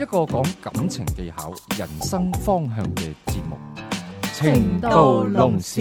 一個講感情技巧、人生方向嘅節目《情到濃時》。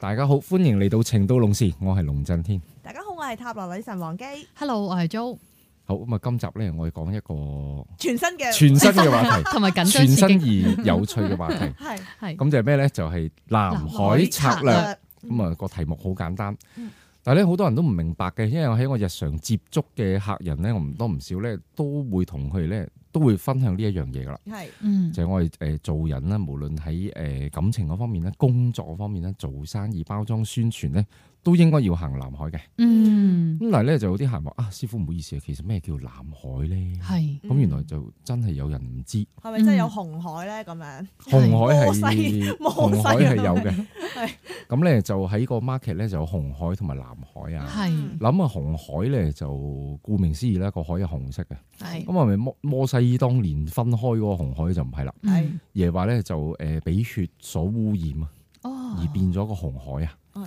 大家好，歡迎嚟到《情到濃時》，我係龍震天。大家好，我係塔羅女神王姬， Hello，我係 Jo，好咁啊，今集咧我哋講一個全新嘅全新嘅話 題， 同埋緊張全刺新激而有趣嘅話題。係係咁就係咩咧？就係南海策略。南咁啊個題目好簡單嗯，但係咧好多人都唔明白嘅，因為我喺我日常接觸嘅客人咧，我唔多唔少咧都會同佢咧都會分享呢一樣嘢噶啦，係嗯就係我哋誒做人啦，無論喺誒感情嗰方面啦、啊工作嗰方面啦、做生意、包裝、宣傳咧，都應該要行南海嘅。嗯咁但係咧就有啲客話啊，師傅唔好意思啊，其實咩叫南海咧？係咁原來就真係有人唔知，係咪真係有紅海咧？咁樣紅 海摩西係摩紅西啊海係有嘅係。咁咧就喺個 market 咧就有紅海同埋南海啊。係諗啊，紅海咧就顧名思義啦，個海係紅色嘅。咁係係咪摩摩西當年分開嗰個紅海就唔係啦？係耶話咧就誒俾血所污染啊，哦而變咗個紅海啊。哦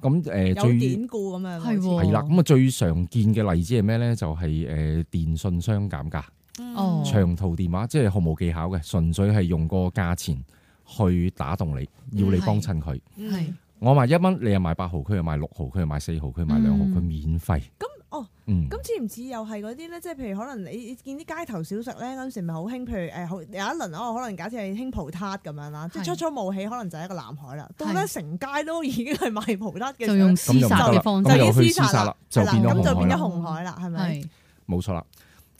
咁誒有最典故咁樣，係喎係啦，咁啊最常見嘅例子係咩咧？就係誒呃電信商減價，哦長途電話即係毫無技巧嘅，純粹係用個價錢去打動你，要你幫襯佢。係係我賣一蚊，你又賣八毫，佢又賣六毫，佢又賣四毫，佢又賣兩毫，嗯佢免費。咁哦。嗯，咁似唔似又係嗰啲咧？即係譬如可能你你見啲街頭小食咧，嗰陣時咪好興，譬如誒好有一輪我可能假設係興葡撻咁樣啦，即係係初初冒起，可能就係一個南海啦。到係咧成街都已經係賣葡撻嘅時候就呢，用咁厮就唔殺得啦嘅方咁式就已經去厮殺厮殺啦就係啦變咗咁就紅海變咗啦紅海啦，係咪？係冇錯啦。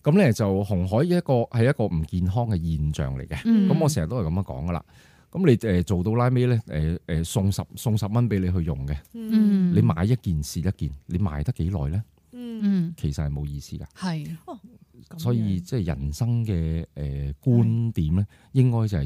咁咧就紅海一個係一個唔健康嘅現象嚟嘅。咁、嗯我成日都係咁樣講噶啦。咁你誒做到拉尾咧，誒誒送十送十蚊俾你去用嘅，嗯嗯你買一件是一件，你賣得幾耐咧？嗯，嗯其實係冇意思噶。係咁所以即係人生嘅誒觀點咧，應該就係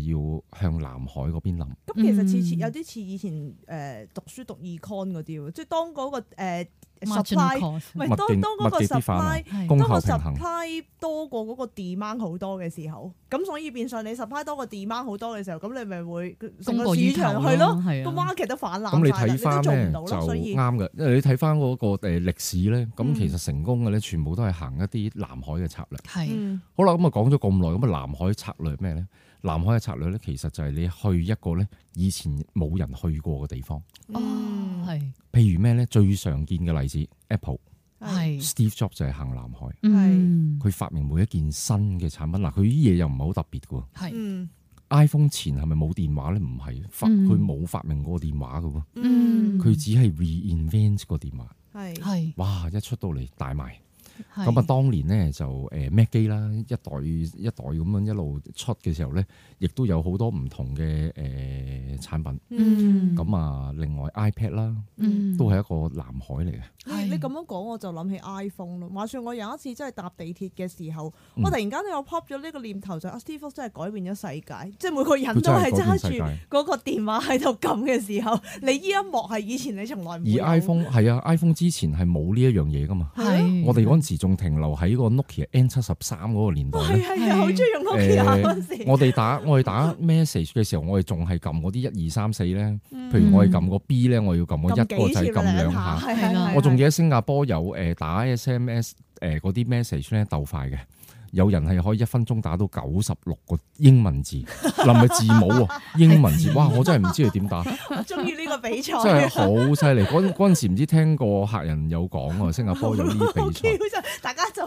要向南海嗰邊諗。樣咁其實似似嗯有啲似以前誒讀書讀 econ 嗰啲喎，即係當嗰個誒 marginal supply， cost 唔係物當競當嗰個物極必反啊 supply。係供當個求平衡 supply 多過嗰個 demand 好多嘅時候，咁所以變相你 supply 多過 demand 好多嘅時候，咁你咪會成供個過市於場求係咯，係個啊， market 都泛濫咁你晒啦睇翻都做咧就唔到咯，所以啱嘅，因為你睇翻嗰個誒歷史咧，嗯咁其實成功嘅咧，全部都係行一啲南海嘅策略。係嗯好啦，咁啊講咗咁耐，咁啊南海策略咩咧？南海嘅策略咧，其實就係你去一個咧以前冇人去過嘅地方，哦嗯係譬如咩咧？最常見嘅例子，Apple、係 Steve Jobs 就係行南海，嗯佢發明每一件新嘅產品。嗱，佢啲嘢又唔係好特別嘅喎。係嗯 iPhone 前係咪冇電話咧？唔係，發嗯佢冇發明過電話嘅喎，嗯佢只係 reinvent 個電話。係係哇！一出到嚟大賣。係咁啊，當年咧就誒 Mac 機啦，一代一代咁樣一路出嘅時候咧，亦都有好多唔同嘅誒、呃、產品。嗯咁啊、另外 iPad 啦，嗯都係一個南海嚟嘅。你係你咁樣講我就諗起 iPhone 咯。話說我有一次真係搭地鐵嘅時候，嗯我突然間都有 pop 咗呢個念頭就係啊 Steve Jobs 真係改變咗世界，即係每個佢人都真係係改變揸世住界。嗰個電話喺度撳嘅時候，你呢一幕係以前你從來唔會有而 iPhone 係啊，iPhone 之前係冇呢一樣嘢噶嘛。嗯係我哋嗰陣時仲停留喺個 Nokia N 七十三嗰個年代哇係咧。係啊，好中意用 Nokia 嗰陣時。我哋打我哋打 message 嘅時候，我哋仲係撳嗰啲一二三四咧。譬嗯如我哋撳個 B 咧，我要撳個一個撳掣幾次撳咪兩兩下。係係啊係啦係我仲記得新加坡有誒、呃打 SMS 誒嗰啲 message 咧鬥快嘅，有人係可以一分鐘打到九十六個英文 字，嗱唔係字母喎，英文字，哇！我真係唔知佢點 打，真中意呢個比賽，係好犀利。嗰嗰陣時唔知聽過客人有講喎，新加坡有呢啲比賽 Q 就大家就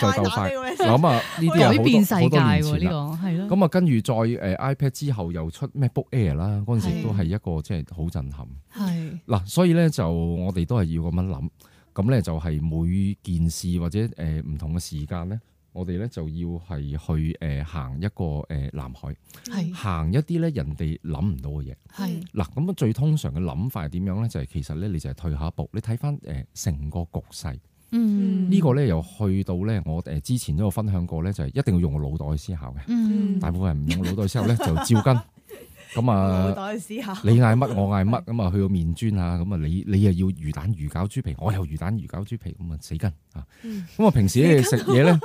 就快鬥打快。呢個 message 嗱咁啊，呢啲改變係世好多好界多年前喎呢啦。個係咯，咁啊，跟住再誒 iPad 之後又出 MacBook Air 啦，嗰陣時都係一個即係好震撼。係嗱，所以咧就我哋都係要咁樣諗，咁咧就係每件事或者誒唔同嘅時間咧，我哋咧就要係去誒行一個誒南海，係行一啲咧人哋諗唔到嘅嘢。係嗱，咁啊最通常嘅諗法係點樣咧？就係、其實咧你就係退下一步，你睇翻誒成個局勢，嗯呢個咧又去到咧，我誒之前都有分享過咧，就係一定要用個腦袋去思 考嘅。嗯大部分人唔用腦袋思考咧，就照跟。咁 腦啊，袋思考。你嗌乜我嗌乜，咁啊去到面磚啊，咁啊你你又要魚蛋魚餃豬皮，我又魚蛋魚餃豬皮，咁啊死跟啊。嗯咁啊平時咧食嘢咧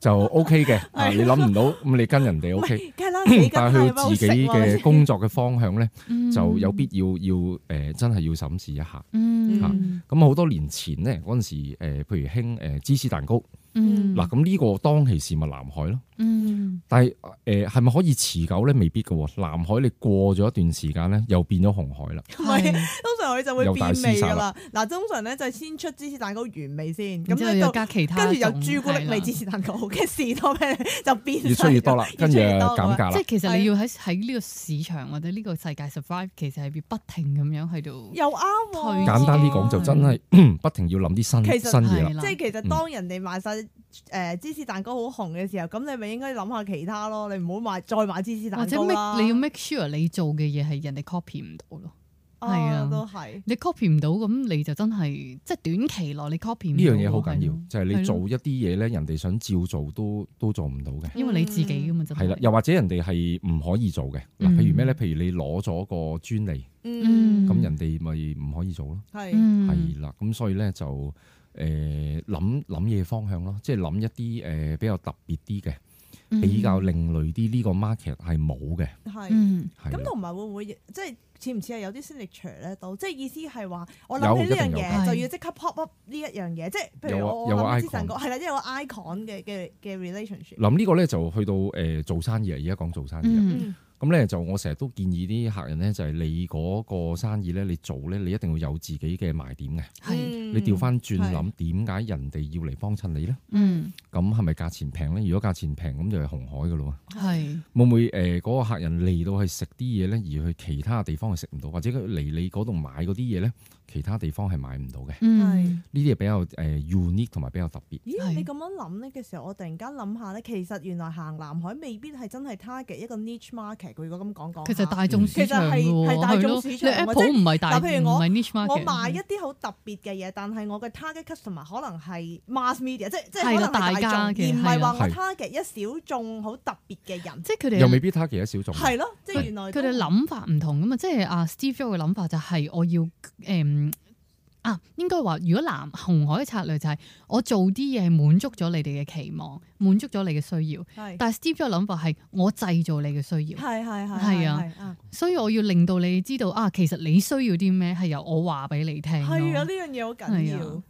就 O K 嘅，啊係你諗唔到，咁你跟人 哋 O K，梗係啦，你 但係佢自己啊 嘅工作嘅方向咧，嗯就有必要要誒、呃真係要審視一下。嚇嗯咁好多年前咧，嗰陣時、呃、譬如興誒、呃芝士蛋糕，嗯嗱咁呢個當其時咪南海咯。嗯但係誒係咪可以持久咧？未必嘅喎。南海你過咗一段時間咧，又變咗紅海啦。唔係通常佢就會有大變師味殺㗎啦啦。嗱，通常咧就先出芝士蛋糕原味先，咁咁之後咧又到加其他跟住有種朱古力味芝，士蛋糕，跟住士多啤梨就變晒越出越多啦，跟住越出越多減係價啦啦即係。其實你要喺喺呢個市場或者呢個世界 survive，其實係要不停咁樣喺度，又啱喎。退價簡單啲講就真係嗯不停要諗啲新其實新嘢啦。係啦即係其實嗯當人哋賣晒誒芝士蛋糕好紅嘅時候，咁你咪應該諗下其他咯，你唔好買再買芝士或蛋者糕 make 啦。你要 make sure 你做嘅嘢係人哋 copy 唔到咯。係啊啊，都係。你 copy 唔到，咁你就真係即係短期內你 copy 唔呢到樣嘢好緊係要咯，就係嗯係咯你做一啲嘢咧，人哋想照做都都做唔到嘅。因為你自己噶嘛，真係啦，又或者人哋係唔可以做嘅嗱，嗯譬如咩咧？譬如你攞咗個專利，嗯嗯，咁人哋咪唔可以做咯。係。係係啦，咁所以咧就誒諗諗嘢方向咯，即係諗一啲呃誒比較特別啲嘅，嗯嗯比較另類啲呢個 market 係冇嘅，係。嗯係啊咁啦同埋會唔會即係似唔似係有啲 signature 咧？到即係意思係話，我有諗起呢樣一定有㗎嘢就要即刻 pop up 呢一樣嘢，即係譬有如啊我有啊諗芝 icon 士蛋糕係啦，因為有 icon 嘅嘅嘅 relationship。嗱，呢個咧就去到誒做生意啊，而家講做生意啊。嗯咁咧就我成日都建議啲客人咧，就係你嗰個生意咧，你做咧，你一定要有自己嘅賣點嘅。係你調翻轉嗯係諗，點解人哋要嚟幫襯你咧？嗯咁係咪價錢平咧？如果價錢平，咁就係紅海噶咯喎。嗯係會唔會誒嗰個客人嚟到去食啲嘢咧，而去其他地方係食唔到，或者佢嚟你嗰度買嗰啲嘢咧，其他地方係買唔到嘅？嗯呢啲嘢比較誒 unique 同埋比較特別。咦係，你咁樣諗咧嘅時候，我突然間諗下咧，其實原來行南海未必係真係 target 一個 niche market 喎。如果咁講講下，其實大眾市場㗎其實喎係係大眾市場係喎咯即你 Apple 係唔係大，唔嗱譬如我係 niche 我 market，賣一啲好特別嘅嘢，但係我嘅 target customer 可能係 mass media，即係即係係啦可能係大眾，家而嘅啊唔係話我係 target 一小眾好特別嘅人。即係佢哋又未必 target 一小眾。嗯係咯，即係原來佢哋都諗法唔同噶嘛，即係阿 Steve Jobs 嘅諗法就係我要誒、嗯啊，應該話如果藍紅海嘅策略就係我做啲嘢係滿足咗你哋嘅期望，滿足咗你嘅需要。係但係 Steve Jobs 嘅諗法係我製造你嘅需要，係係係係啊啊，所以我要令到你知道啊，其實你需要啲咩係由我話俾你聽咯。係啊，呢樣嘢好緊要。係啊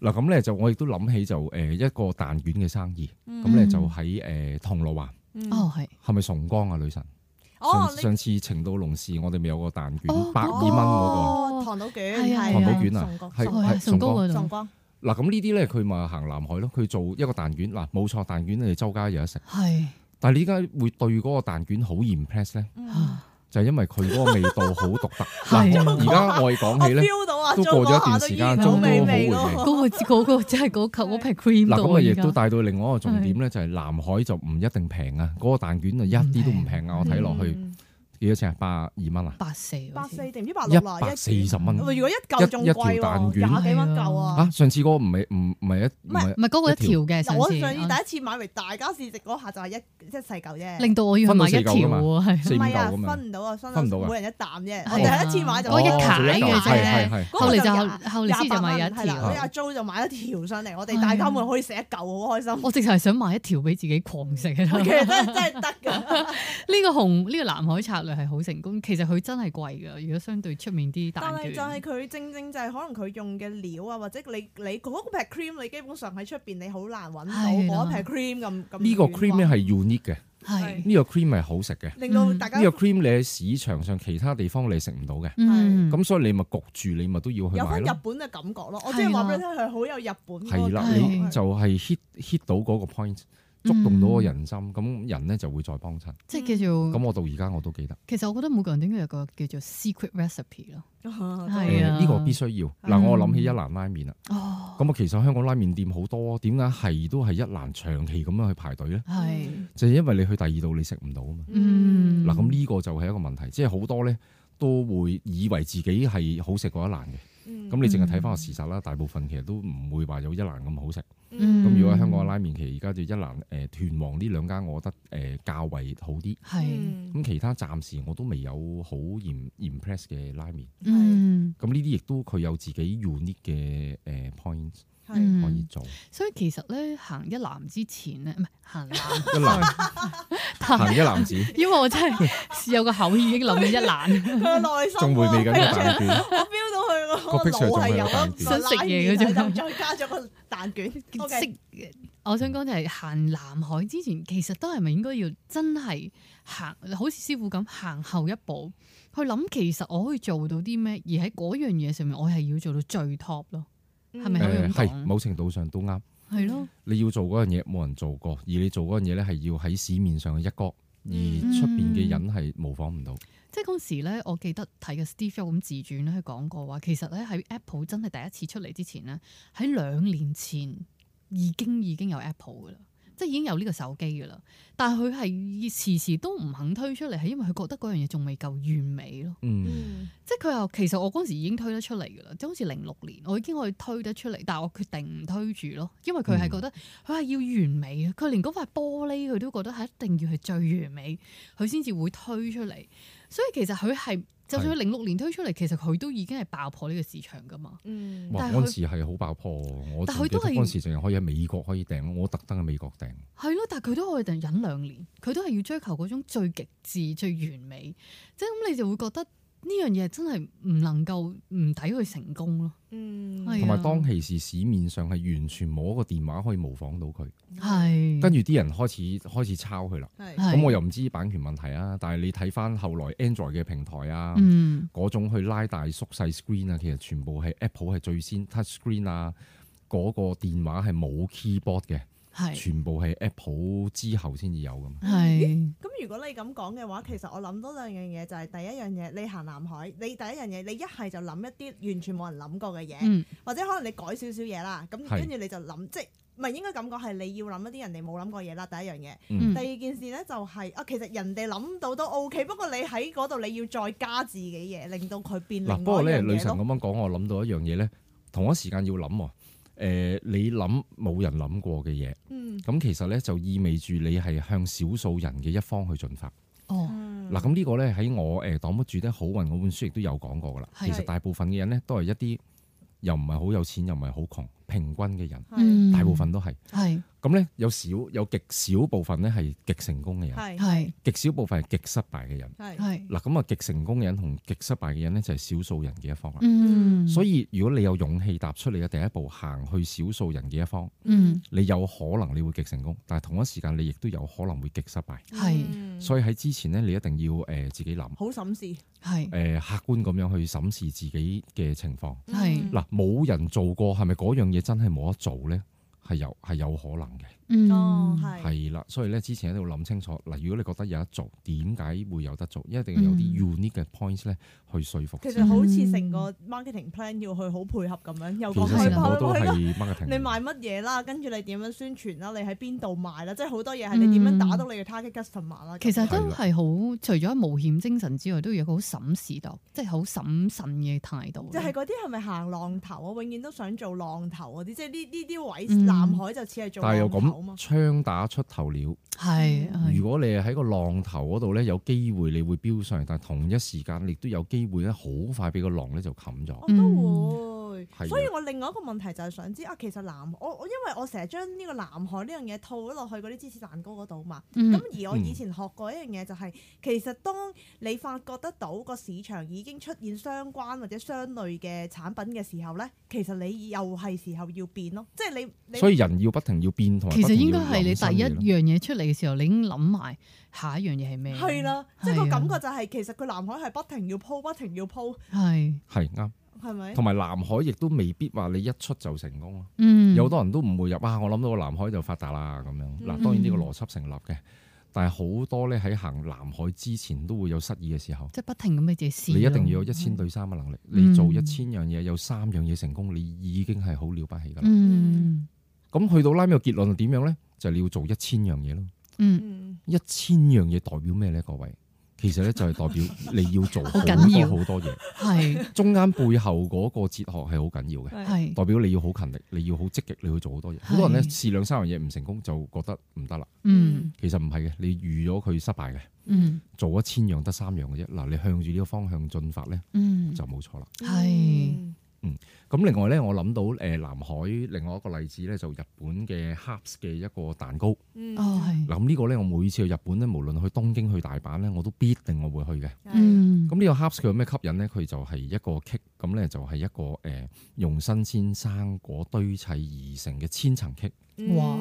嗱咁咧就我亦都諗起就誒一個蛋卷嘅生意，咁咁咧就喺誒呃銅鑼灣，你哦係係咪崇光啊女神？上嗯哦，你上次程到龍氏，我哋咪有個蛋卷哦百二嗰蚊嗰個哦糖島卷係啊個係啊糖島卷啊送過，係送過哦係係崇崇高光。嗰送度，光嗱咁呢啲咧，佢咪行南海咯，佢做一個蛋卷嗱，冇錯，蛋卷你哋周街有得食，係但係你而家會對嗰個蛋卷好 impress 咧，嗯啊就係因為佢嗰個味道好獨特。係嗱，而家我哋講起我咧， feel 到啊，都過咗一段時間中中都好味回味嗰、個嗰、個真係嗰嚿嗰瓶 cream 嗱咁度啊，亦而都家帶到另外一個重點咧，就係南海就唔一定平啊，嗰個蛋卷啊一啲都唔平嗯啊，我睇落去幾多錢啊？百二蚊啊，八四好嗯八似四定唔知八六一啦，百四十蚊如果一嚿仲貴一一條喎，蛋卷廿幾蚊嚿啊！啊！上次嗰個唔係唔唔係一唔唔係係唔係嗰個一一條條嘅上我次上次啊第一次買嚟大家試食嗰下就係一即係細嚿啫，令到我要去買一條分到四嚿㗎嘛喎，係四唔五嚿係啊，咁樣。分唔到啊，分分唔到啊每人一啖啫。係啊我第一次買就嗰一攤買哦做嘅啫一嚿係係係嗰個後嚟就就後嚟先就買有一28蚊係啦條啊係。你阿 Jo 就買一條上嚟，我哋大家每人可以食一嚿，好開心。 我直頭係想買一條俾自己狂食嘅。其呢實真係真係得㗎，個紅呢個南海策略係好成功，其實佢真係貴㗎。如果相對出面啲但蛋係卷，就係佢正正就係可能佢用嘅料啊，或者你你嗰個 pack cream，你基本上喺出邊你好難揾係啦到嗰 pack cream 咁咁。呢個 cream 咧係 unique 嘅，係呢個 cream 係好食嘅。令到嗯大家呢個 cream 你喺市場上其他地方你食唔到嘅，嗯咁所以你咪焗住，你咪都要去有買翻日咯。本嘅感覺咯。我係即係話啦俾你聽，佢好有日本嗰個係啦，係你就係 hit hit 到嗰個 point，觸動到個人嗯心，咁人咧就會再幫襯。即係叫做咁我到而家我都記得，其實我覺得每個人都應該有個叫做 secret recipe 咯。誒係啊嗯呢個必須要。嗯嗱，我諗起一蘭拉麵啦，哦，咁啊其實香港拉麵店好多，點解係都係一蘭長期咁樣去排隊咧？係就係因為你去第二度你食唔到啊嘛。嗯嗱，咁呢個就係一個問題，即係好多咧都會以為自己係好食過一蘭嘅，嗯咁你淨係睇翻個事實啦，大部分其實都唔會話有一蘭咁好食。嗯咁如果喺香港嘅拉麵，其實而家就一蘭誒、呃、屯黃呢兩間，我覺得誒、呃、較為好啲。係，咁其他暫時我都未有好 im- impress 嘅拉麵。嗯，咁呢啲亦都佢有自己 unique 嘅誒 point 係可以嗯做。所以其實咧行一男之前咧，唔係行 男，一男行一男 子，因為我真 係有個口已經諗緊一 男，佢內心仲回味緊個嗰個 蛋卷。 我 feel 到佢個個個 picture 仲腦係係有有蛋卷一個想食嘢拉麵嗰種喺度再加咗個蛋卷。O K，識。我想講就係行南海之前，其實都係咪應該要真係行，好似師傅咁行後一步去諗，其實我可以做到啲咩，而喺嗰樣嘢上面，我係要做到最 top 咯，係咪可以誒咁係講？某程度上都啱。係咯，你要做嗰樣嘢冇人做過，而你做嗰樣嘢咧係要喺市面上嘅一哥，而嗯出邊嘅人係模仿唔到。即係嗰陣時咧，我記得睇嘅 Steve Jobs 咁自傳咧，佢講過話，其實咧喺 Apple 真係第一次出嚟之前咧，喺兩年前已經已經有 Apple 噶啦，即係已經有呢個手機噶啦。但係佢係時時都唔肯推出嚟，係因為佢覺得嗰樣嘢仲未夠完美咯。嗯，嗯即係佢又其實我嗰陣時已經推得出嚟噶啦，即係好似零六年我已經可以推得出嚟，但係我決定唔推住咯，因為佢係覺得佢係要完美嘅，佢連嗰塊玻璃佢都覺得係一定要係最完美，佢先至會推出嚟。所以其實佢係就算佢零六年推出嚟，其實佢都已經係爆破呢個市場噶嘛。嗯哇！但係嗰佢陣時係好爆破喎，我但仲佢記得都係嗰陣時淨係可以喺美國可以訂，我特登喺美國訂。係啊咯，但係佢都可以忍兩年，佢都係要追求嗰種最極致、最完美。即係咁，你就會覺得呢樣嘢真係唔能夠唔睇佢成功咯。嗯係啊同埋當其時市面上係完全冇一個電話可以模仿到佢，嗯係，跟住啲人開始開始抄佢啦。係係咁我又唔知版權問題啊，但係你睇翻後來 Android 嘅平台啊，嗯。嗰、種去拉大縮細 screen 啊，其實全部係 Apple 係最先 touch screen 啊，嗰、個電話係冇 keyboard 嘅，係全部係 Apple 之後先至有噶嘛。係咁如果你咁講嘅話，其實我諗多兩樣嘢，就係第一樣嘢，你行南海，你第一樣嘢，你一係就諗一啲完全冇人諗過嘅嘢，嗯或者可能你改少少嘢啦，咁係跟住你就諗，即係唔係應該咁講係你要諗一啲人哋冇諗過嘢啦。第一樣嘢，嗯第二件事咧就係、啊，其實人哋諗到都 O K，不過你喺嗰度你要再加自己嘢，令到佢變嗱，嗯另不過外一咧，樣女嘢神咯。咁樣講，我諗到一樣嘢咧，同一時間要諗喎。誒、你諗冇人諗過嘅嘢，嗯，咁其實咧就意味住你係向少數人嘅一方去進發。哦嗯嗱、咁呢個咧喺我誒擋不住的好運嗰本書亦都有講過噶啦。係其實大部分嘅人咧都係一啲又唔係好有錢，又唔係好窮，平均嘅人，係大部分都係。嗯係咁咧有少有極少部分咧係極成功嘅人，係係極少部分係極失敗嘅人。係係嗱，咁啊極成功嘅人同極失敗嘅人咧就係少數人嘅一方啦。嗯，所以以如果你有勇氣踏出你嘅第一步，行去少數人嘅一方，嗯你有可能你會極成功，但係同一時間你亦都有可能會極失敗。係嗯所以喺之前呢，你一定要誒、呃自己諗，誒、好審視係嗯客觀咁樣去審視自己嘅情況。係嗯嗱、冇人做過，係咪嗰樣嘢真係冇得做呢？係有係有可能嘅，嗯哦係係啦。所以咧，之前喺度諗清楚。嗱，如果你覺得有得做，點解會有得做？一定要有嗯啲 unique 嘅 points 咧去說服其自己。實好似成個嗯 marketing plan 要去好配合哦咁樣，又其實講去成個都去去係 marketing 嚟你嘅。賣乜嘢啦，跟住你點樣宣傳啦，你喺邊度賣啦，即係好多嘢係你點樣打到你嘅 target customer 啦。嗯其實係都啦係好，除咗冒險精神之外，都要有個好審視度，即係好審慎嘅態度。就係嗰啲係咪行浪頭？我永遠都想做浪頭啊嗰啲，即係呢呢啲位嗯南海就似係做但係又浪頭啊嘛咁，。槍打出頭鳥。係係嗯如果你係喺個浪頭嗰度咧，有機會你會飆上，但係同一時間亦都有機會咧，好快俾個浪咧就冚嗯咗。我都會。係啊所以我另外一個問題就係想知啊，其實南我我因為我成日將呢個南海呢樣嘢套咗落去嗰啲芝士蛋糕嗰度嘛。咁、嗯而我以前學過一樣嘢就係、其實當你發覺得到個市場已經出現相關或者相類嘅產品嘅時候咧，其實你又係時候要變咯，即係你你所以人要不停要變同埋其不實停應要該諗新係你嘢咯，第一樣嘢出嚟嘅時候，你已經諗埋下一樣嘢係咩？係，啦，即係個係啊感覺就係、其實佢南海係不停要鋪，不停要鋪，係係啱，係咪？同埋南海亦都未必話你一出就成功咯。嗯有好多人都唔會入啊，我諗到個南海就發達啦咁嗯樣。嗱，當然呢個邏輯成立嘅，但係好多咧喺行南海之前都會有失意嘅時候。即係不停咁俾自己試你咯。一定要有一嗯千對三嘅能力，你做一千樣嘢有三樣嘢成功，你已經係好了不起㗎啦。嗯咁去到拉尾個結論係點樣咧？就係你要做一千樣嘢咯。嗯嗯一千樣嘢代表咩呢？各位，其其實咧就係代表 你要做好好緊多要好多嘢，係中間背後嗰個哲學係好緊要嘅。係係代表你要好勤力，你要好積極，你去做好多嘢。係好多人咧試兩三樣嘢唔成功就覺得唔得啦，嗯其實唔係嘅，你預咗佢失敗嘅，嗯做一千樣得三樣嘅啫。嗱，你向住呢個方向進發咧嗯就冇錯啦。係嗯咁另外咧，我諗到誒南海另外一個例子咧，就日本嘅 Hubs 嘅一個蛋糕。嗯哦係嗱，咁呢個咧，我每次去日本咧，無論去東京去大阪咧，我都必定我會去嘅。嗯咁呢個 Hubs 佢有咩吸引咧？佢就係一個 cake，咁咧就係一個誒、呃用新鮮生果堆砌而成嘅千層 cake。嗯哇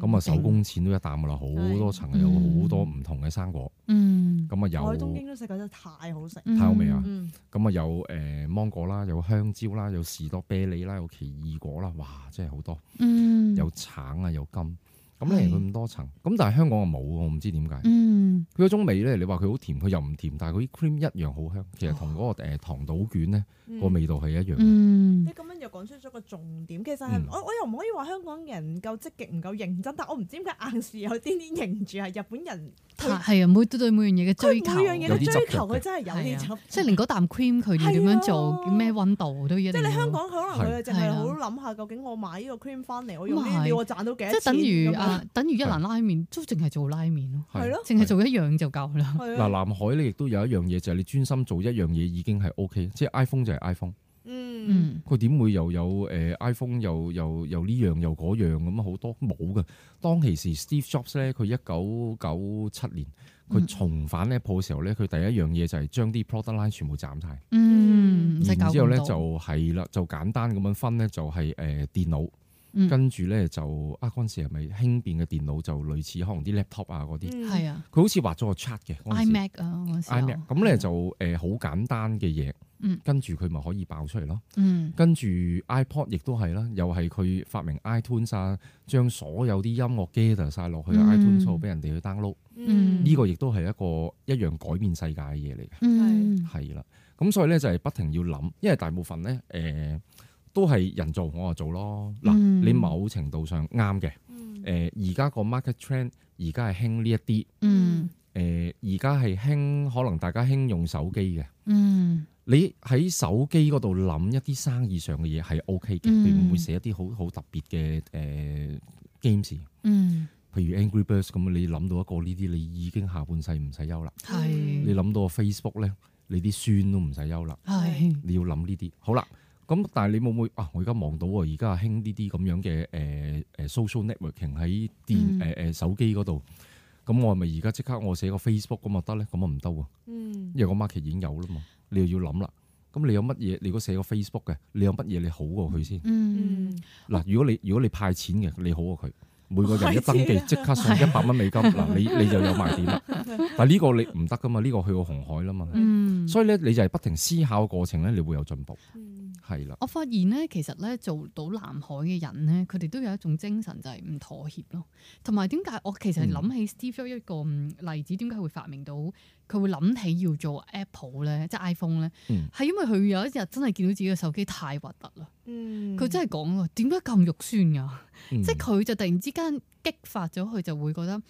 咁啊手工錢都一啖噶啦，好多層啊有嗯好多唔同嘅生果，嗯咁啊我喺東有京都食過真係太好食。睇好未啊嗯，咁啊有誒芒果啦，有香蕉啦，有士多啤梨啦，有奇異果啦，哇！真係好多，嗯有橙啊，有柑。咁咧係佢咁多層，咁但係香港啊冇喎，我唔知點解。嗯佢嗰種味咧，你話佢好甜，佢又唔甜，但係佢啲 cream 一樣好香。其實同嗰個誒糖島卷咧嗯個味道係一樣嘅。哦嗯你咁樣又講出咗個重點，其實係嗯我我又唔可以話香港人唔夠積極、唔夠認真，但我唔知點解硬是有啲啲認住係日本人佢係啊，每對對每樣嘢嘅追求，佢每樣有嘢都啲執着追求，嘅佢真係有啲係執啊。即係連嗰啖 cream 佢要點樣係做，啊咩温度都一即定要。係你香港可能佢哋淨係係啊好諗下，究竟我買呢個 cream 翻嚟，我用咁呢啊係料我賺到幾多即係等於錢咁樣哦啊，等於一蘭拉麵都淨係做拉麵咯，係係咯淨係做一樣就夠啦。係嗱，啊，南海咧亦都有一樣嘢就係你專心做一樣嘢已經係 O K，即係 iPhone 就係 iPhone。嗯，嗯佢點會又有誒、呃 iPhone 又又又呢樣又嗰樣咁啊好多冇嘅。當其時 Steve Jobs 咧，佢一九九七年佢嗯重返 Apple 嘅時候咧，佢第一樣嘢就係將啲 product line 全部斬晒，嗯，唔使搞然之後咁咧多。就係啦，就簡單咁樣分咧就係、誒、電腦，嗯跟住咧就啊嗰陣時係咪輕便嘅電腦就類似可能啲 laptop 啊嗰啲，嗯係啊佢好似畫咗個 chart 嘅嗰陣時。 ，iMac 啊嗰陣時候 iMac 咁咧就誒好簡單嘅嘢嗯，跟住佢咪可以爆出嚟咯。嗯跟住 iPod 亦都係啦，又係佢發明 iTunes 啊，將所有啲音樂 gather 晒落去嗯 iTunes 度俾人哋去 download，嗯呢個亦都係一個一樣改變世界嘅嘢嚟嘅，嗯係啦。咁所以咧就係不停要諗，因為大部分咧誒、呃都係人做我就做咯。嗱，嗯你某程度上啱嘅。嗯誒而家個 market trend 而家係興呢一啲，嗯誒而家係興可能大家興用手機嘅。嗯你喺手機嗰度諗一啲生意上嘅嘢係 O K 嘅，嗯你唔會寫一啲好好特別嘅誒 games，嗯，譬如 Angry Birds 咁，你諗到一個呢啲，你已經下半世唔使憂啦。你係諗到個 Facebook 咧，你啲孫都唔使憂啦。嗯係你要諗呢啲，好啦。咁但係你會唔會啊？我而家望到喎，而家係興呢啲咁樣嘅誒誒 social networking 喺電誒嗯誒、手機嗰度，咁我係咪而家即刻我寫個 Facebook 咁就得咧？咁啊唔得喎。嗯因為個 market 已經有啦嘛，你又要諗啦。咁你有乜嘢？你如果寫個 Facebook 嘅，你有乜嘢你好過佢先？嗯嗯，嗱，如果你如果你派錢嘅，你好過佢。每個人一登派錢記啊即刻上一百蚊 美金，嗱你你就有賣點啦。但係呢個你唔得噶嘛，呢個去過紅海啦嘛。嗯。所以咧，你就係不停思考嘅過程咧，你會有進步。嗯係啦，我發現咧，其實咧做到南海嘅人咧，佢哋都有一種精神就係唔妥協咯。同埋點解我其實諗起 Steve Jobs 一個嗯例子，點解會發明到佢會諗起要做 Apple 咧，即係 iPhone 咧，嗯係因為佢有一日真係見到自己嘅手機太核突啦，嗯佢真係講喎，點解咁肉酸㗎？即即係佢就突然之間激發咗，佢就會覺得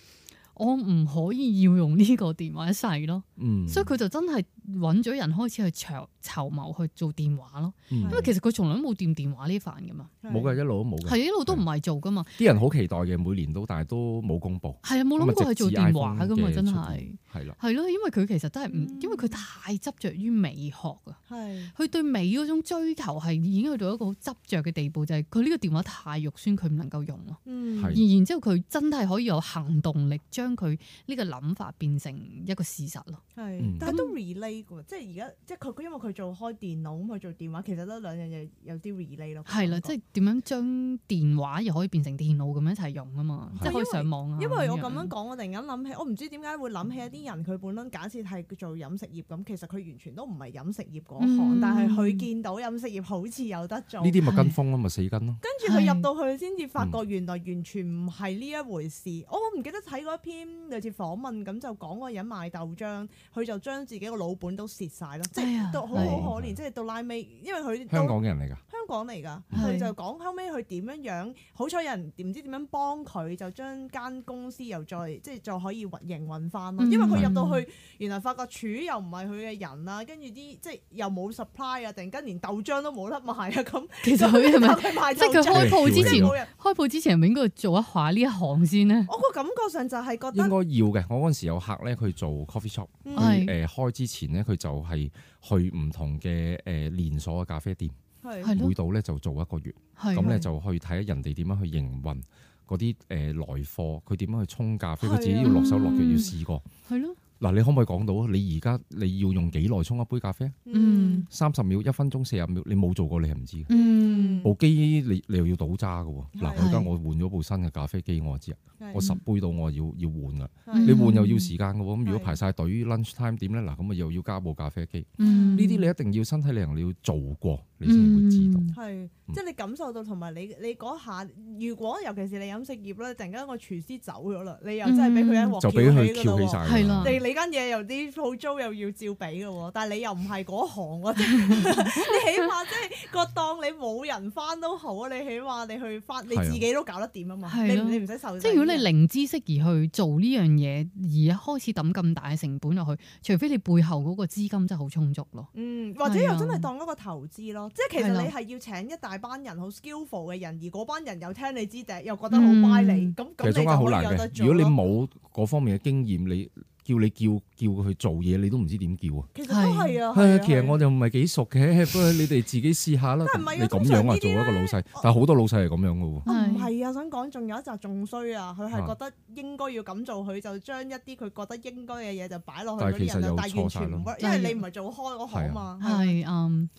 我唔可以要用呢個電話一世咯，嗯，所以佢就真係揾咗人開始去籌籌謀去做電話咯。嗯因為其實佢從來都冇掂電話呢範噶嘛，冇嘅，一路都冇嘅。係一路都唔係做噶嘛，啲人好期待嘅，每年都，但係都冇公佈。係啊冇諗過係做電話噶嘛，真係係啦，係咯，因為佢其實真係唔嗯，因為佢太執着於美學啊，係佢對美嗰種追求係已經去到一個好執着嘅地步，就係佢呢個電話太肉酸，佢唔能夠用咯。嗯係而然之後佢真係可以有行動力，將佢呢個諗法變成一個事實咯。係嗯，但係都 relate 嘅喎，即係而家即係佢佢因為佢做開電腦咁，佢做電話其實都兩樣嘢有啲 relate 咯。係啦，感覺即係點樣將電話又可以變成電腦咁樣一齊用啊嘛，係即係可以上網啊。因為我樣咁樣講，我突然間諗起，我唔知點解會諗起一啲人，佢本身假設係做飲食業咁，其實佢完全都唔係飲食業嗰行，嗯但係佢見到飲食業好似有得做，呢啲嗯咪跟風咯，咪死跟咯。跟住佢入到去先至發覺原來完全唔係呢一回事。我唔記得睇過一篇類似訪問咁，就講嗰個人賣豆漿，佢就將自己個老本都蝕晒咯，即哎係呀到好係好可憐，即係到拉尾，因為佢香都。港嘅人嚟㗎。香港嚟㗎，係佢就講後尾佢點樣樣，好彩有人唔知點樣幫佢，就將間公司又再即係再可以運營運翻咯。嗯因為佢入到嗯去，原來發覺柱又唔係佢嘅人啦，跟住啲即係又冇 supply 啊，突然間連豆漿都冇得賣啊咁。 其實佢係咪佢賣即係豆佢開漿鋪之即係前，冇人開鋪之前係咪應該做一下呢一行先呢？我個感覺上就係應覺該得要嘅。我嗰陣時有客咧，佢做 coffee shop，嗯佢誒係開之前咧，佢就係去唔同嘅誒連鎖嘅咖啡店，係係咯每，度咧就做一個月，係啊咁咧咯就去睇下人哋點樣去營運嗰啲誒來貨，佢點樣去沖咖啡，係啊佢自己要落手落腳嗯要試過。係咯，嗱，你可唔可以講到啊？你而家你要用幾耐沖一杯咖啡啊？嗯三十秒、一分鐘、四十秒，你冇做過你係唔知嘅。嗯，部機你你又要倒渣嘅喎，嗱係我而家我換咗部新嘅咖啡機，我知啊，我十杯到我要要換啦，嗯你換又要時間嘅喎，咁如果係排晒隊 lunch time 點咧？嗱咁啊又要加部咖啡機，嗯呢啲你一定要身體力行，你要做過你先會知道。嗯係，嗯即係你感受到同埋你你嗰下，如果尤其是你飲食業咧，突然間個廚師走咗啦，你又真係俾佢嗯一鑊就俾佢翹翹㗎啦起喎晒係啦，啦啊你你間嘢又啲鋪租又要照俾嘅喎，但係你又唔係嗰行喎，即 係你起碼即係個檔你冇人翻都好啊，你起碼你去翻你係啊自己都搞得掂啊嘛，係你咯你唔使受制。即係如果你零知識而去做呢樣嘢，而開始抌咁大嘅成本落去，除非你背後嗰個資金真係好充足咯。嗯，或者又係啊真係當一個投資咯，即係其係啦實你係要請一大班人好 skillful 嘅人，而嗰班人又聽你支笛，又覺得好 buy 你，嗯咁其實咁中你就間好可難以有得嘅。做如果你咯冇嗰方面嘅經驗，你叫你叫叫佢做嘢，你都唔知點叫啊！其實都係啊，係唉啊其實我就唔係幾熟嘅， 不過你哋自己試下啦。但係唔係啊你咁通常樣啊，呢啲做一個咧哦老細我，但係好多老細係咁樣嘅喎。啊唔係啊，想講仲有一集仲衰啊，佢係啊覺得應該要咁做，佢就將一啲佢覺得應該嘅嘢就擺落去但嗰係其啲人實度又，但係完錯晒全唔咯 work，因為你唔係做開嗰行啊嘛，係咪係嗯，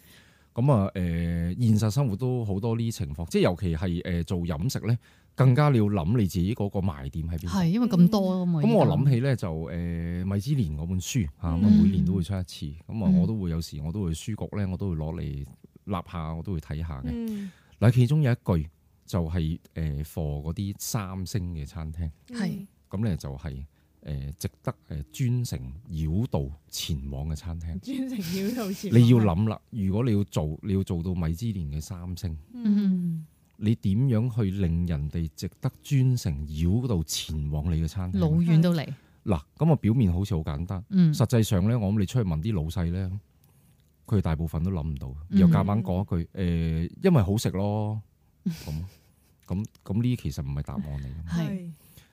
咁啊，誒、現實生活都好多呢啲情況，即係尤其係誒、做飲食咧，更加你要諗你自己嗰個賣點喺邊度。係因為咁多啊嘛。咁我諗起起咧就誒、米芝蓮嗰本書嚇，咁啊、嗯每年都會出一次，咁啊嗯我都會有時我都會書局咧，我都會攞嚟立下，我都會睇下嘅。嗯，嗱、其中有一句就係誒 for 嗰啲三星嘅餐廳，係咁咧就係、誒值得誒專程繞道前往嘅餐廳，嗯專程繞到前，你要，諗啦。如果你要做，你要做到米芝蓮嘅三星，嗯嗯，你點樣去令人哋值得專程繞到前往你嘅餐老廳？遠都嚟，嗱，咁啊表面好似好簡單，嗯，實際上咧，我諗你出去問啲老細咧，佢哋大部分都諗唔到，嗯又夾硬講一句誒、呃因為好食 咯，咁咁咁呢啲其實唔係答案嚟㗎嘛。係，係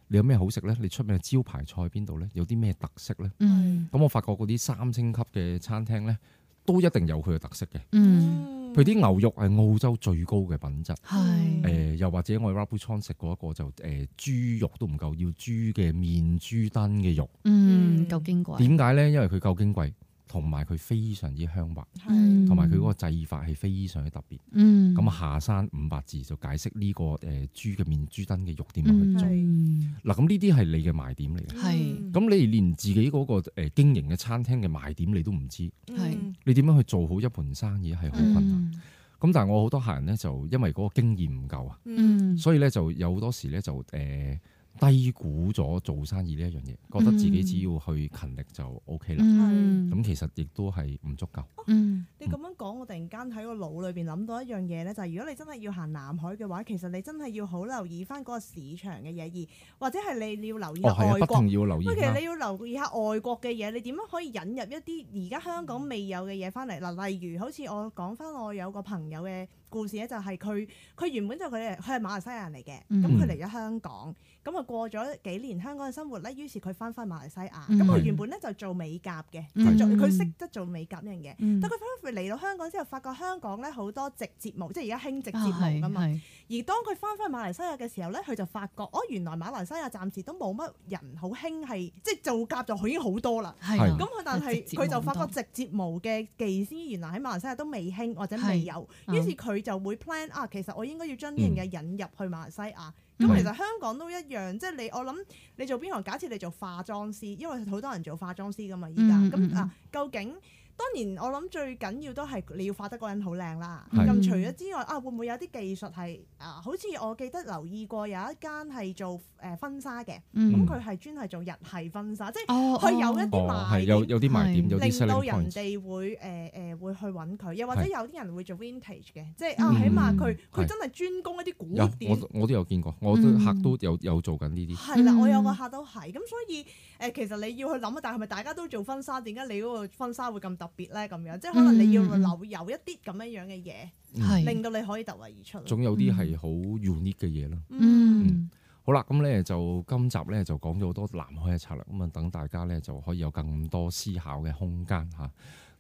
你有咩好食咧？你出名嘅招牌菜邊度咧？有啲咩特色咧？嗯咁我發覺嗰啲三星級嘅餐廳咧，都一定有佢嘅特色嘅。嗯，佢啲牛肉係澳洲最高嘅品質。係誒、嗯又或者我喺 Rabu Chon 食過一個就誒、豬肉都唔夠，要豬嘅面豬燈嘅肉。嗯嗯夠矜貴，點解咧？因為佢夠矜貴，同埋佢非常之香滑，係嗯同埋佢嗰個製法係非常之特別。嗯咁、啊下山五百字就解釋呢、個誒、豬嘅面豬燈嘅肉點樣去嗯做。嗯嗱咁呢啲係你嘅賣點嚟嘅。係咁你連自己嗰、個誒、經營嘅餐廳嘅賣點你都唔知，係你點樣去做好一盤生意係好困難。嗯咁、但係我好多客人咧就因為嗰個經驗唔夠啊。嗯所以咧就有好多時咧就誒、低估咗做生意呢一樣嘢，覺得自己嗯只要去勤力就 O K 啦。嗯咁、啊其實亦都係唔足夠。嗯你咁樣講，我突然間喺個腦裏邊諗到一樣嘢咧，就係、如果你真係要行南海嘅話，其實你真係要好留意翻嗰個市場嘅嘢，而或者係你要留意哦，下係外啊，不國。停要留意不過其翻實你要留意下外國嘅嘢，你點樣可以引入一啲而家香港未有嘅嘢翻嚟嗱？例如好似我講翻我有個朋友嘅故事咧，就係佢佢原本就佢係佢係馬來西亞人嚟嘅，嗯咁佢嚟咗香港，咁啊過咗幾年香港嘅生活咧，於是佢翻翻馬來西亞，嗯咁佢原本咧就做美甲嘅，即嗯係做佢識得做美甲呢樣嘢。嗯但佢翻嚟到香港之後，發覺香港咧好多直節目，即係而家興直啊節目噶嘛。係而當佢翻返馬來西亞嘅時候咧，佢就發覺哦，原來馬來西亞暫時都冇乜人好興係即係做甲就已經好多啦。係係啊咁佢但係直接冇佢就發咁覺直接毛嘅技師原來喺馬來西亞都未興或者未有，係於是佢就會 plan 啊，其實我應該要將呢樣嗯嘢引入去馬來西亞。咁、嗯其實香港都一樣，即係你我諗你做邊行？假設你做化妝師，因為好多人做化妝師噶嘛，依家嗯嗯咁嗯啊，究竟當然我諗最緊要都係你要化得嗰個人好靚啦。嗯係咁除咗之外，啊會唔會有啲技術係啊？好似我記得留意過有一間係做誒婚紗嘅，咁嗯，佢係專係做日系婚紗，即係哦，佢有一哦啲哦，係賣有點。有啲賣點，係有啲令 selling 到人 point，哋會誒誒、呃會去揾佢，又或者係嗯有啲人會做 vintage 嘅，即係啊，起碼佢佢係真係專攻一啲古有典我我都有見過，我都嗯客都有有做緊呢啲。係啦，嗯我有個客都係，咁所以誒、呃其實你要去諗啊，但係咪大家都做婚紗，點解你嗰個婚紗會咁特別咧？咁樣即係可能你要嗯嗯嗯留有一啲咁樣樣嘅嘢，係，令到你可以突圍而出咯。嗯總有啲係好 unique 嘅嘢啦。嗯，好啦，咁咧就今集咧就講咗好多南開嘅策略，咁啊等大家咧就可以有更多思考嘅空間嚇。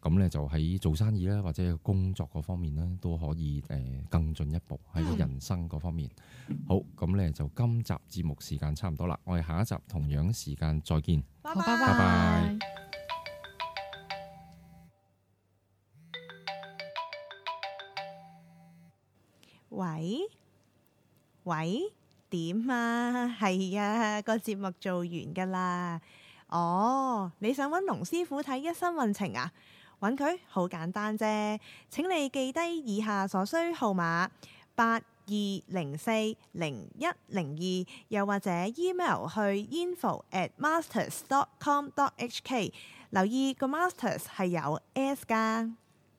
咁咧就喺做生意啦，或者工作嗰方面咧都可以誒、呃更進一步喺個嗯人生嗰方面。好，咁咧就今集節目時間差唔多啦，我哋下一集同樣時間再見。拜好，拜拜拜拜。喂喂，點啊？ 係啊，個節目做完噶啦。哦，你想揾龍師傅睇一生運程啊？揾佢好簡單啫。請你記低以下所需號碼八二零四零一零二，又或者 email 去 info at masters dot com dot hk。留意個 masters 係有 s 㗎。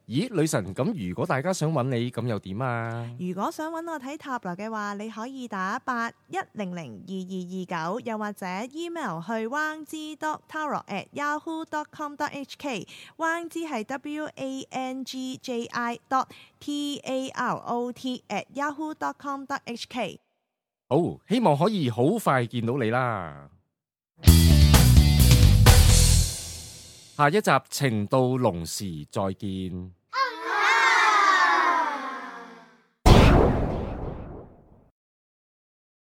咦，女神，咁如果大家想揾你，咁又點啊？如果想揾我睇塔羅嘅話，你可以打八一零零二二二九，又或者 email 去 wang z dot tarot at yahoo dot com dot hk。wang z 係 w a n g j i dot t a r o t at yahoo dot com dot hk。好，希望可以好快見到你啦。下一集情到濃時再見。